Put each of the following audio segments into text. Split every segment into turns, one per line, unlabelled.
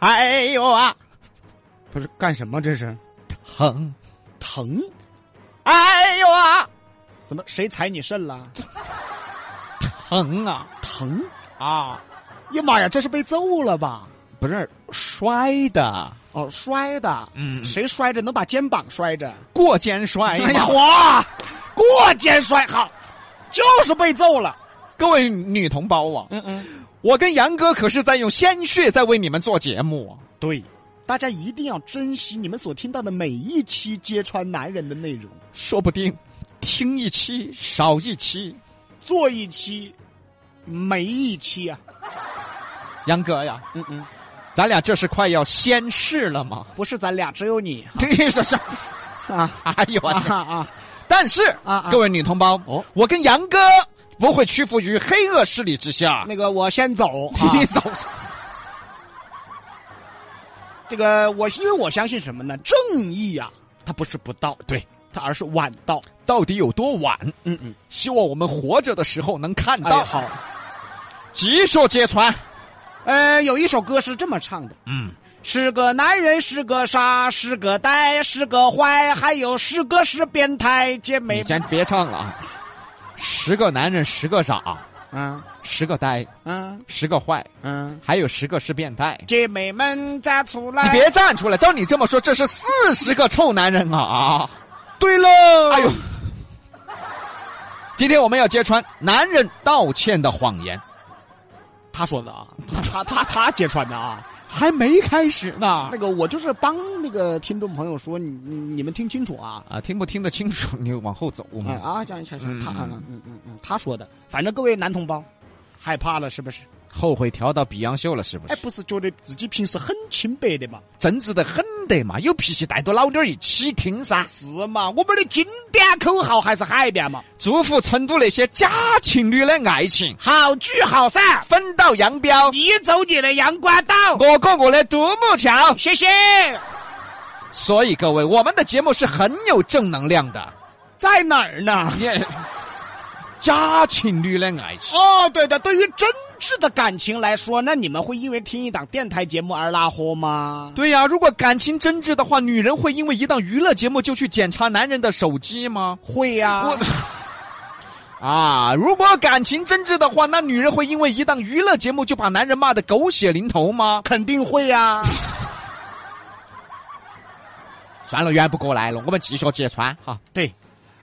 哎呦啊！不是干什么这是？
哼，
疼？
哎呦啊！
怎么谁踩你肾了？
疼啊
疼？哎
啊！
呀妈呀，这是被揍了吧？
不是摔的，
哦，摔的。嗯，谁摔着能把肩膀摔着？
过肩摔嘛。
哎呀，哇，过肩摔好，就是被揍了。
各位女同胞啊，
嗯嗯，
我跟杨哥可是在用鲜血在为你们做节目啊。
对，大家一定要珍惜你们所听到的每一期揭穿男人的内容，
说不定听一期少一期，
做一期，没一期啊。
杨哥呀，
嗯嗯，
咱俩这是快要仙逝了 吗？
不是咱俩，只有 你
这是啥？
啊
哎呦
啊
我天！
啊！
但是
啊啊
各位女同胞，
哦
我跟杨哥不会屈服于黑恶势力之下。
那个我先 走，啊、
你走，
这个我因为我相信什么呢？正义啊，它不是不到，
对，
它而是晚到。
到底有多晚？
嗯嗯，
希望我们活着的时候能看
哎
到。
好，
极说揭穿，
呃，有一首歌是这么唱的，
嗯，
是个男人是个傻，是个呆，是个坏，还有是个是变态姐
你
妹。
先别唱了啊！十个男人，十个傻，
嗯
十个呆，
嗯
十个坏，
嗯，
还有十个是变态。
姐妹们站出
你
来！
别站出来，照你这么说，这是四十个臭男人啊！啊！
对喽，
哎呦，今天我们要揭穿男人道歉的谎言。
他说的啊，他他他揭穿的啊。
还没开始呢
那个我就是帮那个听众朋友说，你你你们听清楚啊。
啊，听不听得清楚？你往后走嘛。
哎啊，行行行，他
嗯
嗯嗯嗯嗯，他说的，反正各位男同胞，害怕了是不是？
后悔调到比洋秀了是不
哎，
是？
不是觉得自己平时很清白的嘛？
真挚的很得嘛，有脾气带到老妞儿一起听噻。
是嘛？我们的经典口号还是海边嘛，
祝福成都那些假情侣的爱情
好聚好散，
分道扬镳，
你走你的阳关道，
我过我的独木桥。
谢谢。
所以各位，我们的节目是很有正能量的。
在哪儿呢？
也假情侣的爱情，
哦，对的，对于真挚的感情来说，那你们会因为听一档电台节目而拉豁吗？
对呀、如果感情真挚的话，女人会因为一档娱乐节目就去检查男人的手机吗？
会呀、
我 啊，如果感情真挚的话，那女人会因为一档娱乐节目就把男人骂得狗血淋头吗？
肯定会呀、
算了，圆不过来了，我们继续揭穿哈。
对，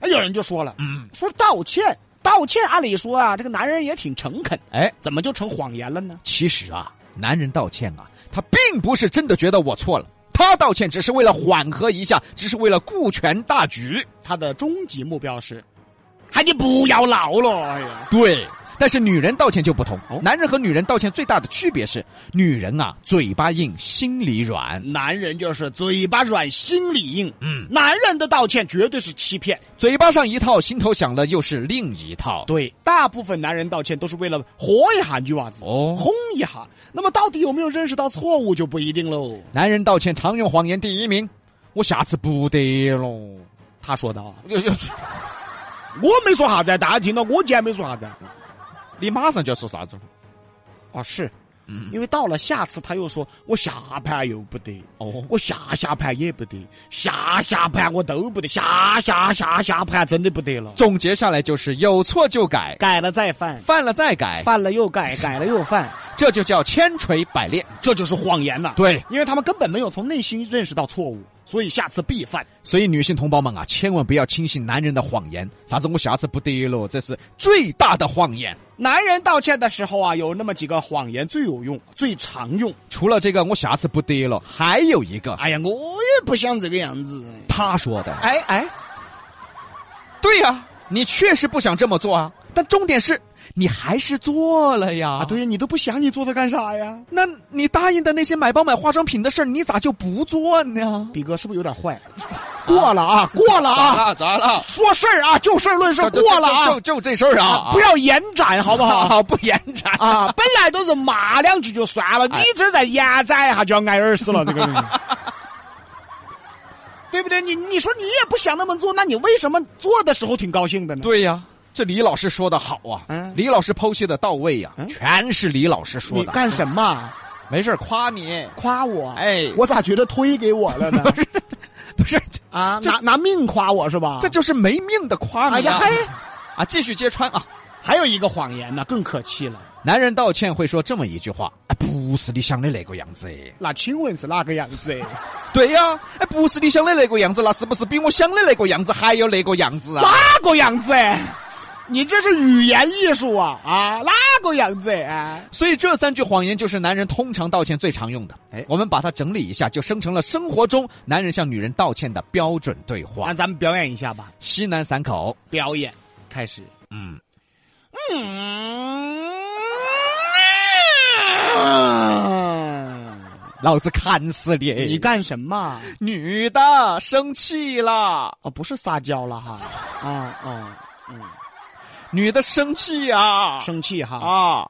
哎，有人就说了，
嗯，
说道歉，道歉，按理说啊，这个男人也挺诚恳，
哎，
怎么就成谎言了呢？
其实啊，男人道歉啊，他并不是真的觉得我错了，他道歉只是为了缓和一下，只是为了顾全大局。
他的终极目标是，喊你不要闹了，哎呀，
对。但是女人道歉就不同
哦，
男人和女人道歉最大的区别是，女人啊嘴巴硬，心里软。
男人就是嘴巴软，心里硬，
嗯，
男人的道歉绝对是欺骗。
嘴巴上一套，心头想的又是另一套。
对，大部分男人道歉都是为了活一下女娃子，
哦
哄一下。那么到底有没有认识到错误就不一定喽。
男人道歉常用谎言第一名，我下次不得了。
他说的啊，
就就
我没说啥子，大家听到我今天没说啥子。
你马上就要说啥子了？
啊，是，
嗯
因为到了下次他又说我下盘又不得，
哦，
我下下盘也不得，下下盘我都不得，下下下下盘真的不得了。
总结下来就是有错就改，
改了再犯，
犯了再改，
犯了又改，改了又犯，
这就叫千锤百炼。
这就是谎言呐、
对，
因为他们根本没有从内心认识到错误，所以下次必犯。
所以女性同胞们啊，千万不要轻信男人的谎言，啥子我下次不得了，这是最大的谎言。
男人道歉的时候啊，有那么几个谎言最有用、最常用。
除了这个，我下次不得了，还有一个
哎呀，我也不想这个样子。
他说的。
哎哎，
对呀、你确实不想这么做啊，但重点是你还是做了呀？
啊，对呀，你都不想，你做它干啥呀？
那你答应的那些买包买化妆品的事儿，你咋就不做呢？
比哥是不是有点坏？过了啊，过了啊，
了？咋了？
说事儿啊，就事论事，过了
就
啊
就，就这事儿啊！
不要延展，好不 好？
好 不延展
啊，本来都是骂两句就算了，你这儿再延展一下就要挨耳屎 了，这个人，对不对？你你说你也不想那么做，那你为什么做的时候挺高兴的呢？
对呀，这李老师说的好啊，
嗯
李老师剖析的到位呀、
嗯
全是李老师说
你
的。
干什么？
没事儿夸你，
夸我？
哎
我咋觉得推给我了呢？
不是，
啊，
这
拿拿命夸我是吧？
这就是没命的夸
哎
你、
呀
啊。
嘿，
啊，继续揭穿啊！
还有一个谎言呢，更可气了。
男人道歉会说这么一句话：“哎，不是你想的那个样子。哎
那请问是哪个样子？”
对呀、哎，不是你想的那个样子，那是不是比我想的那个样子还要那个样子啊？
哪个样子？你这是语言艺术啊啊！哪个样子？啊？
所以这三句谎言就是男人通常道歉最常用的。哎，我们把它整理一下，就生成了生活中男人向女人道歉的标准对话
那。咱们表演一下吧，
西南散口，
表演开始。
嗯，
嗯
老子砍死你！
你干什么？
女的生气了，
哦，不是撒娇了哈，啊啊嗯，
女的生气啊
生气哈。
啊！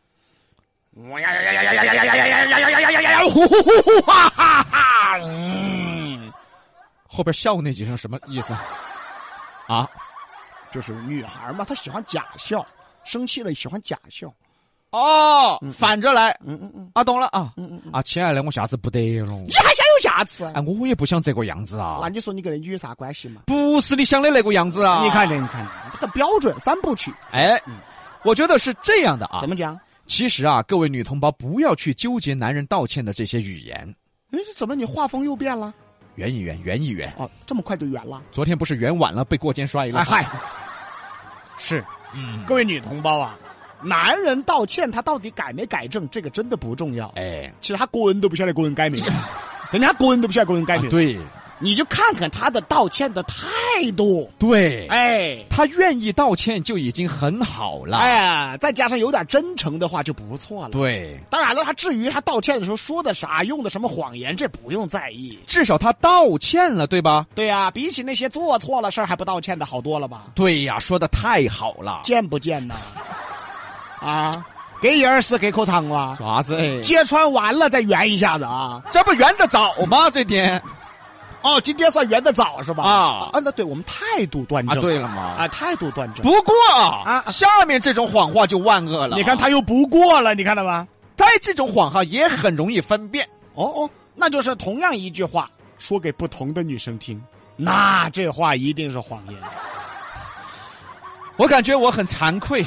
嗯，
后边笑那几声什么意思？啊
就是女孩嘛，她喜欢假笑，生气了喜欢假笑。
哦，反着来
嗯嗯嗯
啊，懂了啊
嗯嗯嗯，
啊，亲爱的，我下次不得了。
你还想有下次？
哎，我也不想这个样子
那
啊，
你说你跟那女有啥关系嘛？
不是你想的那个样子啊。
你看，这，你看这，很标准三部曲，
哎，我觉得是这样的啊
怎。么讲？
其实啊，各位女同胞不要去纠结男人道歉的这些语言，
哎，怎么你画风又变了？
圆一圆，圆一圆。
哦，这么快就圆了？
昨天不是圆晚了，被过肩摔一个。
哎嗨，是
嗯，
各位女同胞啊，男人道歉他到底改没改正，这个真的不重要。
哎，
其实他个人都不晓得个人 改没，真的他个人都不晓得个人改
啊
没。，
对
你就看看他的道歉的态度，
对，
哎
他愿意道歉就已经很好了。
哎，呀，再加上有点真诚的话就不错了。
啊对，
当然了，他至于他道歉的时候说的啥，用的什么谎言，这不用在意。
至少他道歉了，对吧？
对呀、比起那些做错了事儿还不道歉的好多了吧？
对呀，说的太好了。
见不见呐？啊，给一耳屎，给口糖啊！
爪子，哎
揭穿完了再圆一下子啊！
这不圆的早吗？这天
哦，今天算圆的早是吧？
啊
啊，那对我们态度端正，
了嘛。
啊，态度端正。
不过
啊
啊，下面这种谎话就万恶了。
你看，他又不过了，你看到吗？
他这种谎哈也很容易分辨。
哦哦，那就是同样一句话说给不同的女生听，那这话一定是谎言。
我感觉我很惭愧，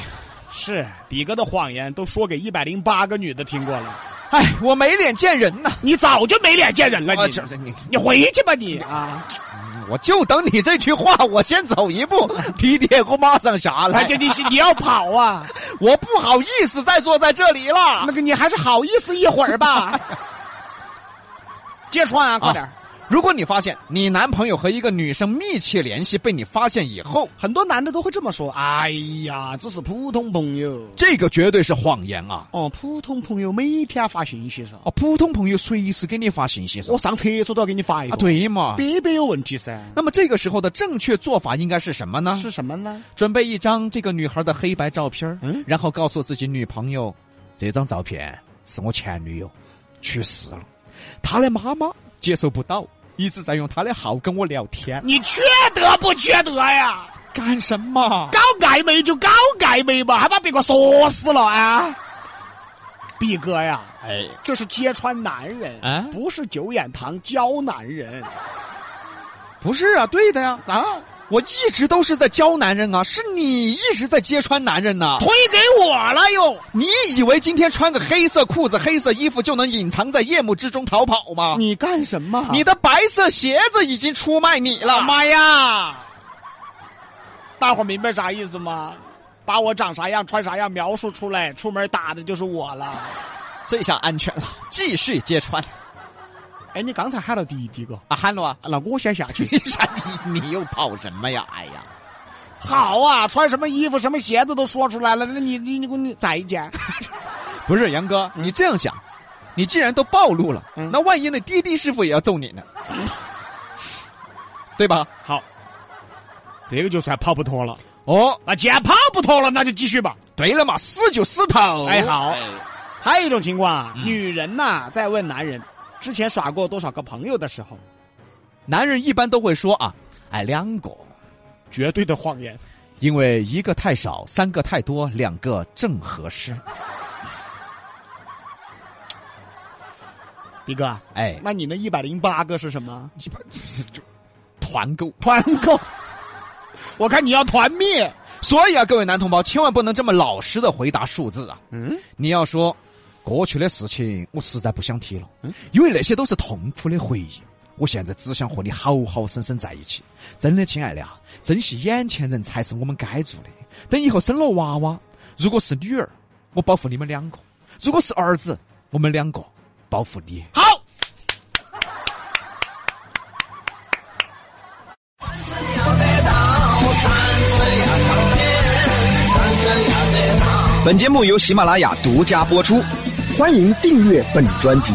是，比哥的谎言都说给一百零八个女的听过了，
哎，我没脸见人呐。
你早就没脸见人了，
啊
你
这这你，
你回去吧你啊！
我就等你这句话，我先走一 步，地铁我马上下
哎，
来
这。你你要跑啊？
我不好意思再坐在这里了
那。个你还是好意思一会儿 吧。揭穿啊，快点儿！
如果你发现你男朋友和一个女生密切联系被你发现以后，
很多男的都会这么说：“哎呀，只是普通朋友。
这个绝对是谎言啊”！
哦，普通朋友每天发信息噻，
啊，普通朋友随时给你发信息是吧
我上厕所都要给你发一个。
啊，，对嘛？
别别有问题噻。
那么这个时候的正确做法应该是什么呢？
是什么呢？
准备一张这个女孩的黑白照片儿，
嗯
然后告诉自己女朋友，这张照片是我前女友，去世了，她的妈妈接受不到，一直在用她的号跟我聊天，
你缺德不缺德呀？
干什么？
搞暧昧就搞暧昧嘛，还把别个说死了啊！毕哥呀，
哎，
这是揭穿男人，
啊
不是九眼堂教男人
不是啊，对的呀、
啊！
我一直都是在教男人啊，是你一直在揭穿男人呐、
推给我了又。
你以为今天穿个黑色裤子、黑色衣服就能隐藏在夜幕之中逃跑吗？
啊你干什么？
你的白色鞋子已经出卖你了。
妈呀！大伙儿明白啥意思吗？把我长啥样、穿啥样描述出来，出门打的就是我了。
这下安全了，继续揭穿
哎，你刚才喊了第一个，
啊！喊了啊！
那我先下去。
你啥？你你又跑什么呀？哎呀，
好啊，穿什么衣服、什么鞋子都说出来了，那你你你给你再见。
不是杨哥，你这样想，你既然都暴露了，
嗯
那万一那滴滴师傅也要揍你呢？ 对吧？
好，这个就算跑不脱了。
哦，
那啊既然跑不脱了，那就继续吧。
对了嘛，死就死透。
哎好还有一种情况啊，女人呐、在问男人之前耍过多少个朋友的时候，
男人一般都会说啊，哎，两个，
绝对的谎言。
因为一个太少，三个太多，两个正合适。
逼哥，啊
哎，
那你那一百零八个是什么？
鸡巴就团购。
团购。我看你要团灭。
所以啊，各位男同胞，千万不能这么老实的回答数字啊！
嗯，
你要说过去的事情，我实在不想提了，因为那些都是痛苦的回忆。我现在只想和你好好生生在一起。真的，亲爱的啊，珍惜眼前人才是我们该做的。等以后生了娃娃，如果是女儿，我保护你们两个；如果是儿子，我们两个保护你。
好。
本节目由喜马拉雅独家播出，欢迎订阅本专辑。